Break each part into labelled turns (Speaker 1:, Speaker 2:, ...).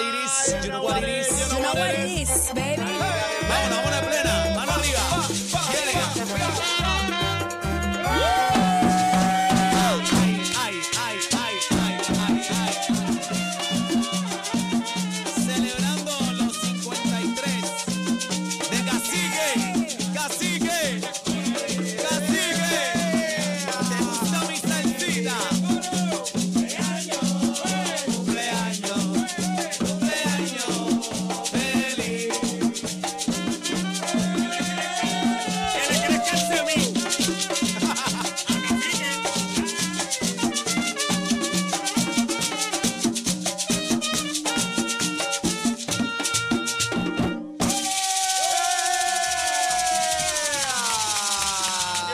Speaker 1: is. You know what it is.
Speaker 2: You know what it is, baby.
Speaker 1: Vámonos, vámonos en plena. Mano arriba. Llega. Ay, ay, ay, ay, ay, ay. Celebrando los 53 de Cacique. Cacique. Cacique. ¿Te gusta mi salsita? eh, Cumpleaños. eh, Cumpleaños. eh, Feliz.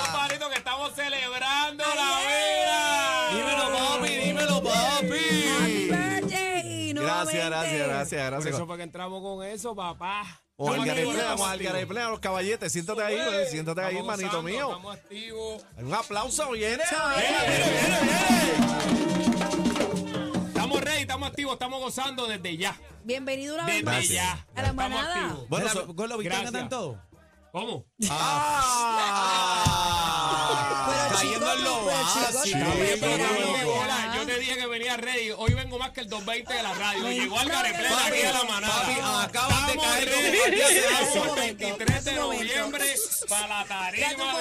Speaker 3: Compadrito, que estamos celebrando
Speaker 2: Ay,
Speaker 3: la vida.
Speaker 1: Dímelo, papi, dímelo,
Speaker 2: Happy
Speaker 1: papi.
Speaker 2: birthday.
Speaker 1: Gracias, gracias,
Speaker 2: nuevamente.
Speaker 1: gracias,
Speaker 3: Por
Speaker 1: gracias.
Speaker 3: eso fue que entramos con eso, papá.
Speaker 1: Con
Speaker 2: Bienvenido.
Speaker 1: Algareplea, con Algareplea, los caballetes. Siéntate ahí, pues, siéntate ahí,
Speaker 3: Estamos
Speaker 1: manito
Speaker 3: gozando,
Speaker 1: mío.
Speaker 3: Estamos activos.
Speaker 1: Un aplauso, eh. viene.
Speaker 3: Estamos ready, estamos activos, estamos gozando desde ya.
Speaker 2: Bienvenido una vez
Speaker 3: Desde
Speaker 2: más
Speaker 1: Gracias.
Speaker 3: ya.
Speaker 2: a la
Speaker 3: Estamos
Speaker 2: manada.
Speaker 3: activos.
Speaker 1: Bueno,
Speaker 4: Mira,
Speaker 1: so-
Speaker 4: Gordo, ¿viste
Speaker 3: gracias.
Speaker 4: cantan todo?
Speaker 3: ¿Cómo?
Speaker 1: Ah,
Speaker 2: Pero
Speaker 1: cayendo
Speaker 2: chico,
Speaker 1: en lo
Speaker 2: pero chico,
Speaker 1: básico.
Speaker 2: chico,
Speaker 3: Bien,
Speaker 2: Espera,
Speaker 3: pero tú me
Speaker 2: espera.
Speaker 3: lo volas. Yo te dije que venía ready. Hoy vengo más que el 220 de la radio. Llegó al Carepleta
Speaker 1: Papi,
Speaker 3: aquí a la manada.
Speaker 1: papi, acaban de
Speaker 3: Estamos
Speaker 1: caer como
Speaker 3: ready.
Speaker 1: partidas de
Speaker 3: Estamos
Speaker 2: agua.
Speaker 3: 23 de
Speaker 2: Un momento.
Speaker 3: noviembre para
Speaker 2: Espérate
Speaker 3: la
Speaker 2: un
Speaker 3: tarima de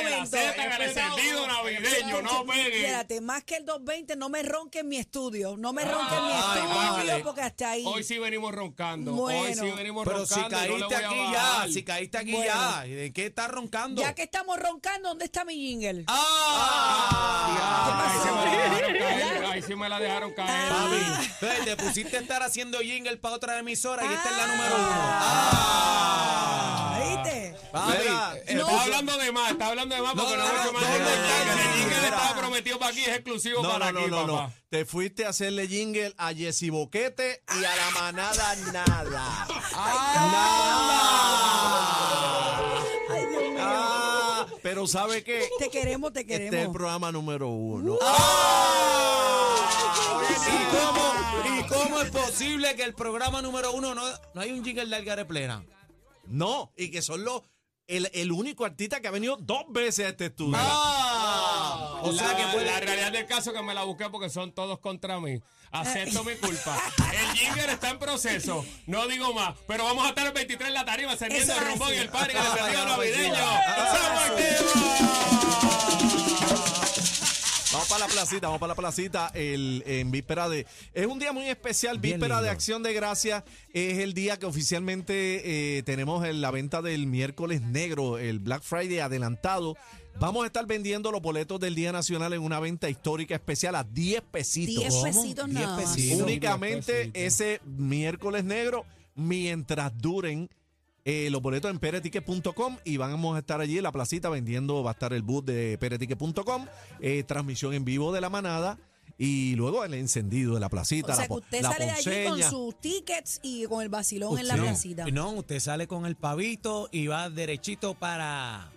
Speaker 3: la
Speaker 2: momento.
Speaker 3: Z en el sentido navideño. No peguen.
Speaker 2: Espérate, más que el 220, no me ronque en mi estudio. No me ronque en mi
Speaker 1: Ah, Ay,
Speaker 2: estudio
Speaker 1: vale.
Speaker 2: porque hasta ahí.
Speaker 3: Hoy sí venimos roncando. Hoy
Speaker 2: Bueno.
Speaker 3: sí venimos
Speaker 1: Pero si
Speaker 3: roncando. y no le
Speaker 1: caíste
Speaker 3: voy a
Speaker 1: aquí ya,
Speaker 3: bajar.
Speaker 1: si caíste aquí
Speaker 2: Bueno.
Speaker 1: ya, ¿de qué estás roncando?
Speaker 2: Ya que estamos roncando, ¿dónde está mi jingle?
Speaker 3: Ahí
Speaker 1: ¡Ah!
Speaker 3: sí me la dejaron caer.
Speaker 2: Ah.
Speaker 3: Ahí sí me la dejaron caer.
Speaker 1: Papi, ve, te pusiste a estar haciendo jingle para otra emisora y
Speaker 2: Ah.
Speaker 1: esta es la número uno. Ah.
Speaker 2: ¿Viste?
Speaker 1: Papi,
Speaker 4: Mira,
Speaker 1: eh,
Speaker 2: No.
Speaker 3: Está hablando de más, está hablando de más porque
Speaker 1: no,
Speaker 3: no, mucho
Speaker 1: no,
Speaker 3: más
Speaker 1: no,
Speaker 3: que
Speaker 1: no,
Speaker 3: contar,
Speaker 1: no,
Speaker 3: que
Speaker 1: no,
Speaker 3: el jingle
Speaker 1: no,
Speaker 3: estaba
Speaker 1: no.
Speaker 3: prometido para aquí es exclusivo
Speaker 1: No,
Speaker 3: para
Speaker 1: no, no,
Speaker 3: aquí,
Speaker 1: no,
Speaker 3: papá.
Speaker 1: no. Te fuiste a hacerle jingle a Jessy Boquete y a la manada nada. ¡Nada!
Speaker 2: Ay, Dios mío.
Speaker 1: Ah, pero ¿sabe qué?
Speaker 2: Te queremos, te
Speaker 1: Este es el
Speaker 2: queremos. ¡Oh!
Speaker 1: programa número uno. ¡Ah!
Speaker 4: ¿Y cómo, ¿Y cómo es posible que el programa número uno no, no hay un jingle de Algaré Plena?
Speaker 1: No, y que son los... El, el único artista que ha venido dos veces a este estudio.
Speaker 3: O
Speaker 2: Ah.
Speaker 1: O
Speaker 3: sea,
Speaker 1: sea que puede-
Speaker 3: la realidad del caso es que me la busqué porque son todos contra mí. Acepto mi culpa. El jingle está en proceso. No digo más. Pero vamos a estar el 23 en la tarima, encendiendo
Speaker 2: Eso
Speaker 3: el
Speaker 2: es
Speaker 3: rumbón
Speaker 2: así.
Speaker 3: y el party en el periodo navideño.
Speaker 1: Ah,
Speaker 3: ¡Somos
Speaker 1: sí.
Speaker 3: activos!
Speaker 1: Vamos para la placita, vamos para la placita el, en víspera de... Es un día muy especial,
Speaker 4: Bien
Speaker 1: víspera de
Speaker 4: lindo.
Speaker 1: Acción de Gracia. Es el día que oficialmente eh, tenemos en la venta del miércoles negro, el Black Friday adelantado. Vamos a estar vendiendo los boletos del Día Nacional en una venta histórica especial a 10 pesitos.
Speaker 2: 10
Speaker 4: ¿Cómo?
Speaker 2: pesitos
Speaker 4: Diez
Speaker 2: nada más.
Speaker 4: pesitos.
Speaker 1: Únicamente
Speaker 3: Diez
Speaker 4: pues,
Speaker 3: pesitos.
Speaker 1: ese miércoles negro, mientras duren eh, los boletos en pereticket.com y vamos a estar allí en la placita vendiendo, va a estar el bus de pereticket.com, eh, transmisión en vivo de la manada y luego el encendido de la placita,
Speaker 2: O sea
Speaker 1: la,
Speaker 2: que
Speaker 1: po-
Speaker 2: usted
Speaker 1: la
Speaker 2: sale de allí con
Speaker 1: ponceña.
Speaker 2: sus tickets y con el vacilón en la
Speaker 4: Usted-
Speaker 2: placita.
Speaker 4: No, usted sale con el pavito y va derechito para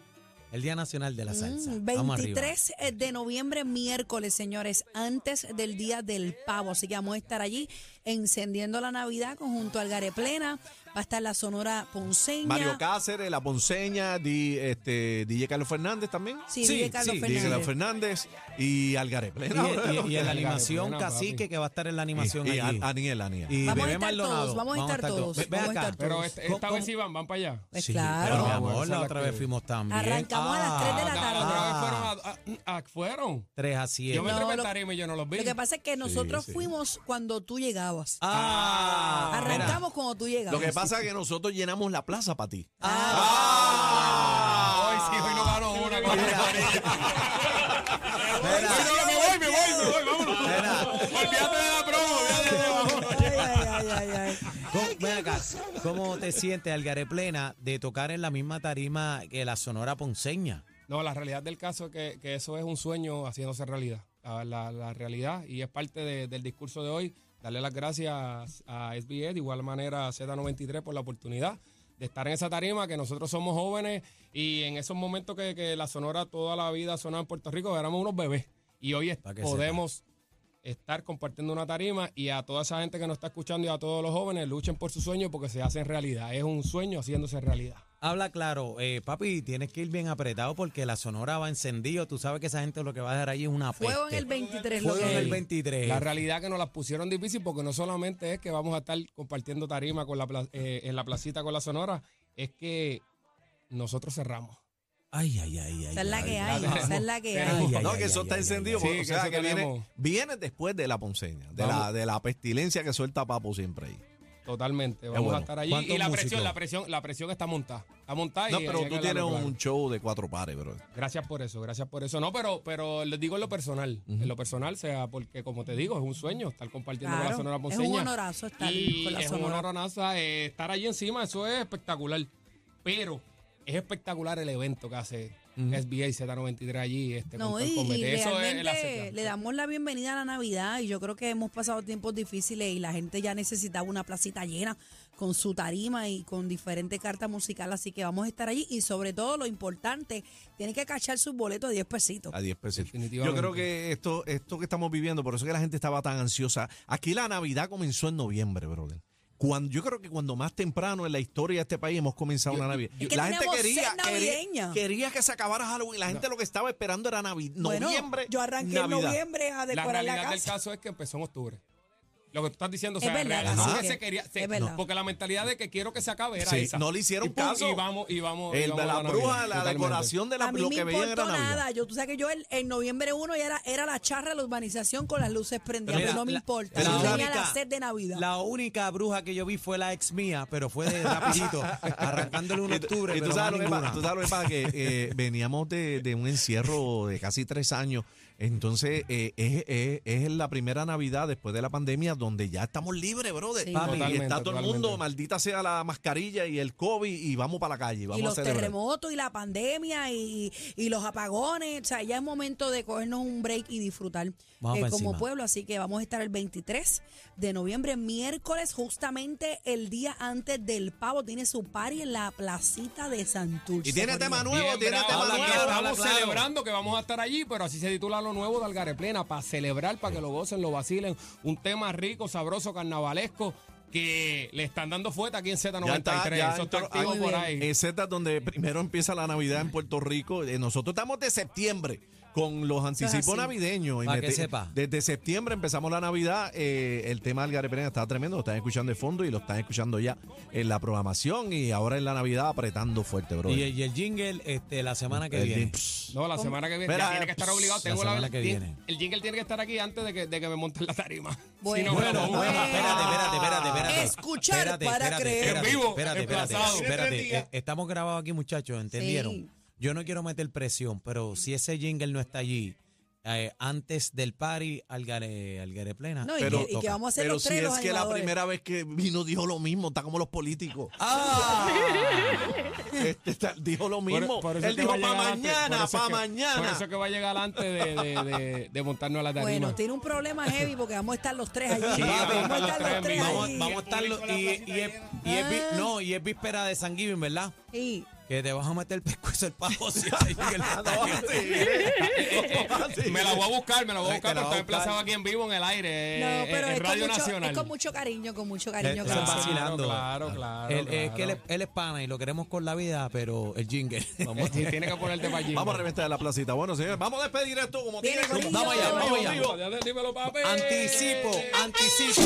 Speaker 4: el Día Nacional de la Salsa.
Speaker 2: Mm,
Speaker 4: Vamos arriba.
Speaker 2: 23 de noviembre, miércoles, señores, antes del Día del Pavo. Así que vamos a estar allí encendiendo la Navidad conjunto al Gareplena. Va a estar la Sonora Ponceña.
Speaker 1: Mario Cáceres, la ponceña, di, este, DJ Carlos Fernández también.
Speaker 2: Sí,
Speaker 4: Sí,
Speaker 2: DJ Carlos
Speaker 4: sí, DJ
Speaker 1: DJ Carlos
Speaker 2: Fernández.
Speaker 1: Fernández y Algaré
Speaker 4: Y,
Speaker 1: Plena,
Speaker 4: y-
Speaker 1: bro.
Speaker 4: y en
Speaker 3: Algaré
Speaker 4: la animación
Speaker 3: Plena, papi.
Speaker 4: Cacique que va a estar en la animación
Speaker 1: Y- y
Speaker 4: allí.
Speaker 1: An- Aniel, Aniel.
Speaker 4: Y
Speaker 2: Vamos a
Speaker 4: Bebé
Speaker 2: estar
Speaker 4: Maldonado.
Speaker 2: todos, vamos a estar todos,
Speaker 4: Ve- ve
Speaker 2: vamos a
Speaker 4: acá.
Speaker 2: estar todos.
Speaker 3: Pero este- esta
Speaker 4: ¿Cómo-
Speaker 3: vez sí van, van para allá.
Speaker 2: Pues
Speaker 4: Sí,
Speaker 2: claro.
Speaker 4: Pero mi
Speaker 3: Ah, bueno,
Speaker 4: amor,
Speaker 3: esa
Speaker 4: la
Speaker 3: es la
Speaker 4: otra
Speaker 3: que-
Speaker 4: vez fuimos también.
Speaker 2: Arrancamos a las tres de la
Speaker 3: Ah,
Speaker 2: tarde.
Speaker 3: otra vez fueron a- a- a- fueron.
Speaker 4: 3 a 7.
Speaker 3: Yo me
Speaker 2: No,
Speaker 3: entré
Speaker 2: lo-
Speaker 3: en tarima y yo no los vi.
Speaker 2: Lo que pasa es que nosotros
Speaker 1: sí.
Speaker 2: fuimos cuando tú llegabas.
Speaker 4: Ah,
Speaker 2: Arrancamos cuando tú llegabas.
Speaker 1: Lo que pasa es que nosotros llenamos la plaza para ti.
Speaker 2: Ah.
Speaker 3: Ah, Hoy sí, hoy no ganó una. con el
Speaker 4: mira, mira,
Speaker 3: Ay, no, me voy, me voy, me voy, vámonos. Olvídate de la promo, olvídate de la promo.
Speaker 2: Ah. Ay, ay, ay, ay, ay.
Speaker 4: ¿Cómo, ven acá, ¿cómo te sientes, Algaré Plena, de tocar en la misma tarima que la Sonora Ponceña?
Speaker 3: No, la realidad del caso es que, que eso es un sueño haciéndose realidad. La, la- la realidad, y es parte de- del discurso de hoy, darle las gracias a SBS, de igual manera a Z93 por la oportunidad de estar en esa tarima, que nosotros somos jóvenes y en esos momentos que, que la Sonora toda la vida sonaba en Puerto Rico, éramos unos bebés. Y hoy es-
Speaker 4: Pa' que
Speaker 3: podemos estar compartiendo una tarima y a toda esa gente que nos está escuchando y a todos los jóvenes, luchen por su sueño porque se hacen realidad. Es un sueño haciéndose realidad.
Speaker 4: Habla claro, eh, papi, tienes que ir bien apretado porque la sonora va encendido. Tú sabes que esa gente lo que va a dejar ahí es una peste.
Speaker 2: Fuego en el 23, lo
Speaker 4: Fuego en
Speaker 2: que
Speaker 4: el
Speaker 2: es.
Speaker 4: 23.
Speaker 3: La realidad que nos las pusieron difícil porque no solamente es que vamos a estar compartiendo tarima con la, pla- eh, en la placita con la Sonora, es que nosotros cerramos.
Speaker 4: Ay, ay, ay, ay.
Speaker 2: Esa es la
Speaker 4: ay,
Speaker 2: que
Speaker 4: ay.
Speaker 2: hay,
Speaker 3: ay,
Speaker 2: esa es la que
Speaker 3: ay,
Speaker 2: hay.
Speaker 4: ay,
Speaker 1: no,
Speaker 4: ay,
Speaker 1: que eso
Speaker 4: ay,
Speaker 1: está
Speaker 4: ay,
Speaker 1: encendido.
Speaker 3: ay, ay.
Speaker 1: porque,
Speaker 3: Sí,
Speaker 1: o sea,
Speaker 3: que
Speaker 1: que,
Speaker 3: eso
Speaker 1: viene,
Speaker 3: tenemos.
Speaker 1: viene después de la ponceña, de la,
Speaker 3: Vamos.
Speaker 1: de la pestilencia que suelta Papo siempre ahí.
Speaker 3: Totalmente. Vamos
Speaker 1: bueno.
Speaker 3: a estar allí. Y la
Speaker 4: ¿Cuántos músicos?
Speaker 3: presión, la presión, la presión está montada. Está montada
Speaker 1: No,
Speaker 3: y
Speaker 1: pero
Speaker 3: hay que
Speaker 1: tú tienes
Speaker 3: hablarlo claro.
Speaker 1: un show de cuatro pares, bro.
Speaker 3: Gracias por eso, gracias por eso. No, pero, pero les digo en lo personal. En lo personal, sea porque, como te digo, es un sueño estar compartiendo con
Speaker 2: Claro,
Speaker 3: la Sonora
Speaker 2: es
Speaker 3: Ponceña.
Speaker 2: un honorazo estar
Speaker 3: y
Speaker 2: con la
Speaker 3: es
Speaker 2: Sonora.
Speaker 3: un honorazo eh, estar allí encima, eso es espectacular. Pero es espectacular el evento que hace SBA y Z93 allí. Este,
Speaker 2: No,
Speaker 3: con todo el
Speaker 2: y, y
Speaker 3: comité. Eso es la
Speaker 2: realmente le damos la bienvenida a la Navidad y yo creo que hemos pasado tiempos difíciles y la gente ya necesitaba una placita llena con su tarima y con diferente carta musical, así que vamos a estar allí y sobre todo lo importante, tienen que cachar sus boletos de 10 pesitos.
Speaker 1: A 10 pesos. Yo
Speaker 3: Definitivamente.
Speaker 1: creo que esto, esto que estamos viviendo, por eso es que la gente estaba tan ansiosa. Aquí la Navidad comenzó en noviembre, brother. Cuando, yo creo que cuando más temprano en la historia de este país hemos comenzado una Navidad.
Speaker 2: Es que
Speaker 1: la gente
Speaker 2: tenemos sed
Speaker 1: quería, quería,
Speaker 2: navideña.
Speaker 1: quería que se acabara Halloween. La gente lo que estaba esperando era Navidad.
Speaker 2: Bueno,
Speaker 1: noviembre.
Speaker 2: yo arranqué
Speaker 1: Navidad.
Speaker 2: en noviembre a
Speaker 3: la
Speaker 2: decorar la,
Speaker 3: realidad del
Speaker 2: casa.
Speaker 3: caso es que empezó en octubre. Lo que tú estás diciendo, o
Speaker 2: Es
Speaker 3: sea,
Speaker 2: verdad,
Speaker 3: real- no
Speaker 1: así
Speaker 3: que
Speaker 1: que-
Speaker 3: se quería, se-
Speaker 2: es verdad.
Speaker 3: porque la mentalidad de que quiero que se acabe era
Speaker 1: Sí,
Speaker 3: esa.
Speaker 1: no le hicieron
Speaker 3: Y pum,
Speaker 1: caso.
Speaker 3: Y vamos, y vamos, y
Speaker 1: El de
Speaker 3: vamos
Speaker 1: la
Speaker 3: a
Speaker 1: bruja,
Speaker 3: Navidad,
Speaker 1: la
Speaker 3: totalmente.
Speaker 1: decoración de la,
Speaker 2: a mí
Speaker 1: lo
Speaker 2: me
Speaker 1: que veían era
Speaker 2: importó
Speaker 1: Navidad.
Speaker 2: nada. Yo, tú sabes que yo el- en noviembre 1 ya era, era la charra de la urbanización con las luces prendidas.
Speaker 4: Mira,
Speaker 2: pero no me
Speaker 4: la-
Speaker 2: importa.
Speaker 1: la
Speaker 2: yo tenía
Speaker 4: única-
Speaker 2: la sed de Navidad.
Speaker 4: La única bruja que yo vi fue la ex mía, pero fue de rapidito, arrancándole un
Speaker 1: Y tú-
Speaker 4: octubre,
Speaker 1: y tú
Speaker 4: pero
Speaker 1: sabes,
Speaker 4: más
Speaker 1: lo que pasa,
Speaker 4: ninguna.
Speaker 1: tú sabes lo que pasa, que eh, veníamos de, de un encierro de casi tres años. Entonces, eh, es, es- es la primera Navidad después de la pandemia donde ya estamos libres, brother.
Speaker 2: Sí.
Speaker 1: Y
Speaker 3: Totalmente,
Speaker 1: está todo el mundo,
Speaker 3: totalmente.
Speaker 1: maldita sea la mascarilla y el COVID, y vamos para la calle. Vamos
Speaker 2: y
Speaker 1: a
Speaker 2: los
Speaker 1: celebrar.
Speaker 2: terremotos y la pandemia y, y los apagones. O sea, ya es momento de cogernos un break y disfrutar
Speaker 4: Vamos
Speaker 2: eh,
Speaker 4: pa'
Speaker 2: como
Speaker 4: encima.
Speaker 2: pueblo. Así que vamos a estar el 23 de noviembre, miércoles, justamente el día antes del pavo. Tiene su party en la placita de Santurce.
Speaker 1: Y tiene
Speaker 2: Corillo.
Speaker 1: tema nuevo,
Speaker 3: Bien,
Speaker 1: tiene
Speaker 3: bravo,
Speaker 1: tema
Speaker 3: habla
Speaker 1: nuevo.
Speaker 3: claro,
Speaker 4: habla
Speaker 3: estamos
Speaker 4: claro.
Speaker 3: celebrando que vamos a estar allí, pero así se titula lo nuevo de Algarre Plena, para celebrar, para que lo gocen, lo vacilen. Un tema rico, sabroso, carnavalesco, que le están dando fuerte aquí en Z93.
Speaker 1: Ya está, ya
Speaker 3: Eso está
Speaker 1: entró-
Speaker 3: activo
Speaker 1: ah,
Speaker 3: por ahí.
Speaker 1: Eh, Z, donde primero empieza la Navidad en Puerto Rico. Eh, nosotros estamos de septiembre con los anticipos
Speaker 2: así.
Speaker 1: navideños.
Speaker 4: Pa' que
Speaker 1: mete-
Speaker 4: sepa.
Speaker 1: Desde septiembre empezamos la Navidad. eh, el tema del Gare Pérez está tremendo. Lo están escuchando de fondo y lo están escuchando ya en la programación. Y ahora en la Navidad apretando fuerte, bro.
Speaker 4: Y, el- y el jingle este, la semana que viene.
Speaker 3: No, la semana que viene.
Speaker 1: Espera,
Speaker 3: ya tiene que estar obligado.
Speaker 4: la
Speaker 3: Tengo la,
Speaker 4: semana que
Speaker 3: ti-
Speaker 4: viene.
Speaker 3: El jingle tiene que estar aquí antes de que, de que me monten la tarima.
Speaker 2: Bueno,
Speaker 3: Si no,
Speaker 2: bueno,
Speaker 3: me lo-
Speaker 2: bueno.
Speaker 4: espérate, espérate, espérate, espérate.
Speaker 2: Escuchar para creer.
Speaker 4: Espérate,
Speaker 3: En vivo,
Speaker 4: espérate,
Speaker 3: en
Speaker 4: espérate,
Speaker 3: pasado.
Speaker 4: espérate. Eh, Estamos grabados aquí, muchachos, ¿entendieron?
Speaker 2: Sí.
Speaker 4: Yo no quiero meter presión, pero si ese jingle no está allí, eh, antes del party, Algaré, Algaré Plena.
Speaker 2: No, y,
Speaker 1: Pero-
Speaker 2: que, y que vamos a hacer
Speaker 1: Pero
Speaker 2: los
Speaker 1: si
Speaker 2: tres los
Speaker 1: es que la
Speaker 2: animadores.
Speaker 1: primera vez que vino dijo lo mismo, está como los políticos.
Speaker 4: Ah,
Speaker 1: Este está- dijo lo
Speaker 3: Por-
Speaker 1: mismo.
Speaker 3: por eso
Speaker 1: Él
Speaker 3: es que
Speaker 1: dijo
Speaker 3: va a
Speaker 1: para
Speaker 3: llegar antes, por
Speaker 1: mañana,
Speaker 3: eso es
Speaker 1: para
Speaker 3: que- Por
Speaker 1: mañana.
Speaker 3: eso es que va a llegar antes de, de, de- de montarnos a la tarima.
Speaker 2: Bueno, tiene un problema heavy porque vamos a estar los tres allí.
Speaker 3: Sí,
Speaker 2: vamos,
Speaker 3: vamos a
Speaker 2: a
Speaker 3: estar
Speaker 2: estar los
Speaker 3: los tres
Speaker 2: tres
Speaker 3: en
Speaker 4: Vamos,
Speaker 2: allí.
Speaker 4: vamos a estarlo. Y, y es, y es vi- no, y es víspera de San Giving, ¿verdad?
Speaker 2: Y-
Speaker 4: Que te vas a meter el pescuezo el pavo si ese jingle no está
Speaker 1: No,
Speaker 4: allí.
Speaker 1: Ah, sí.
Speaker 3: Me la voy a buscar, me la voy a
Speaker 4: Ay, te
Speaker 3: buscar, pero
Speaker 4: la voy a
Speaker 3: está emplazado
Speaker 4: buscar.
Speaker 3: aquí en vivo en el aire,
Speaker 2: No,
Speaker 3: eh,
Speaker 2: pero
Speaker 3: en
Speaker 2: es,
Speaker 3: Radio
Speaker 2: con mucho,
Speaker 3: Nacional.
Speaker 2: es con mucho cariño, con mucho cariño. que
Speaker 4: Eh, claro.
Speaker 2: lo hacemos.
Speaker 4: vacilando.
Speaker 3: Claro, claro.
Speaker 4: Él- Es
Speaker 3: claro.
Speaker 4: que él, es- él es pana y lo queremos con la vida, pero el jingle.
Speaker 3: Vamos, sí, tiene que ponerte para allí.
Speaker 1: Vamos a reventar la placita. Bueno, señores, vamos a despedir esto como
Speaker 2: Viene
Speaker 1: tiene que
Speaker 2: Corillo.
Speaker 1: ser.
Speaker 4: Vamos allá, vamos allá.
Speaker 1: Vivo.
Speaker 3: Dímelo, papi.
Speaker 4: Anticipo, anticipo.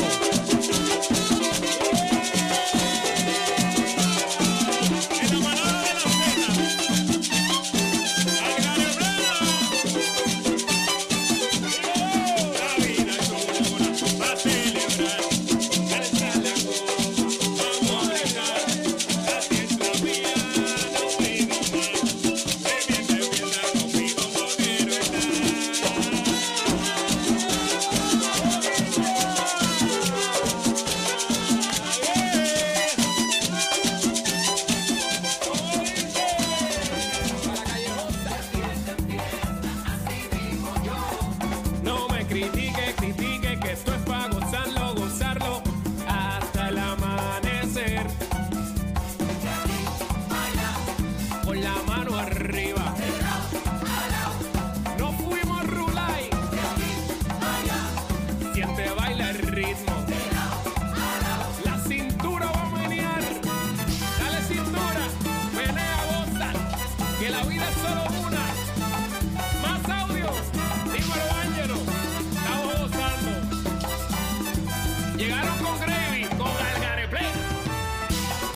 Speaker 5: En la manada de la Z. Algarre Plena. La vida es una, va a celebrar. Alza la copa, vamos a brindar. La fiesta mía no tengo más. Revienta, revienta conmigo, no quiero estar. ¡Vamos!
Speaker 3: la vida es solo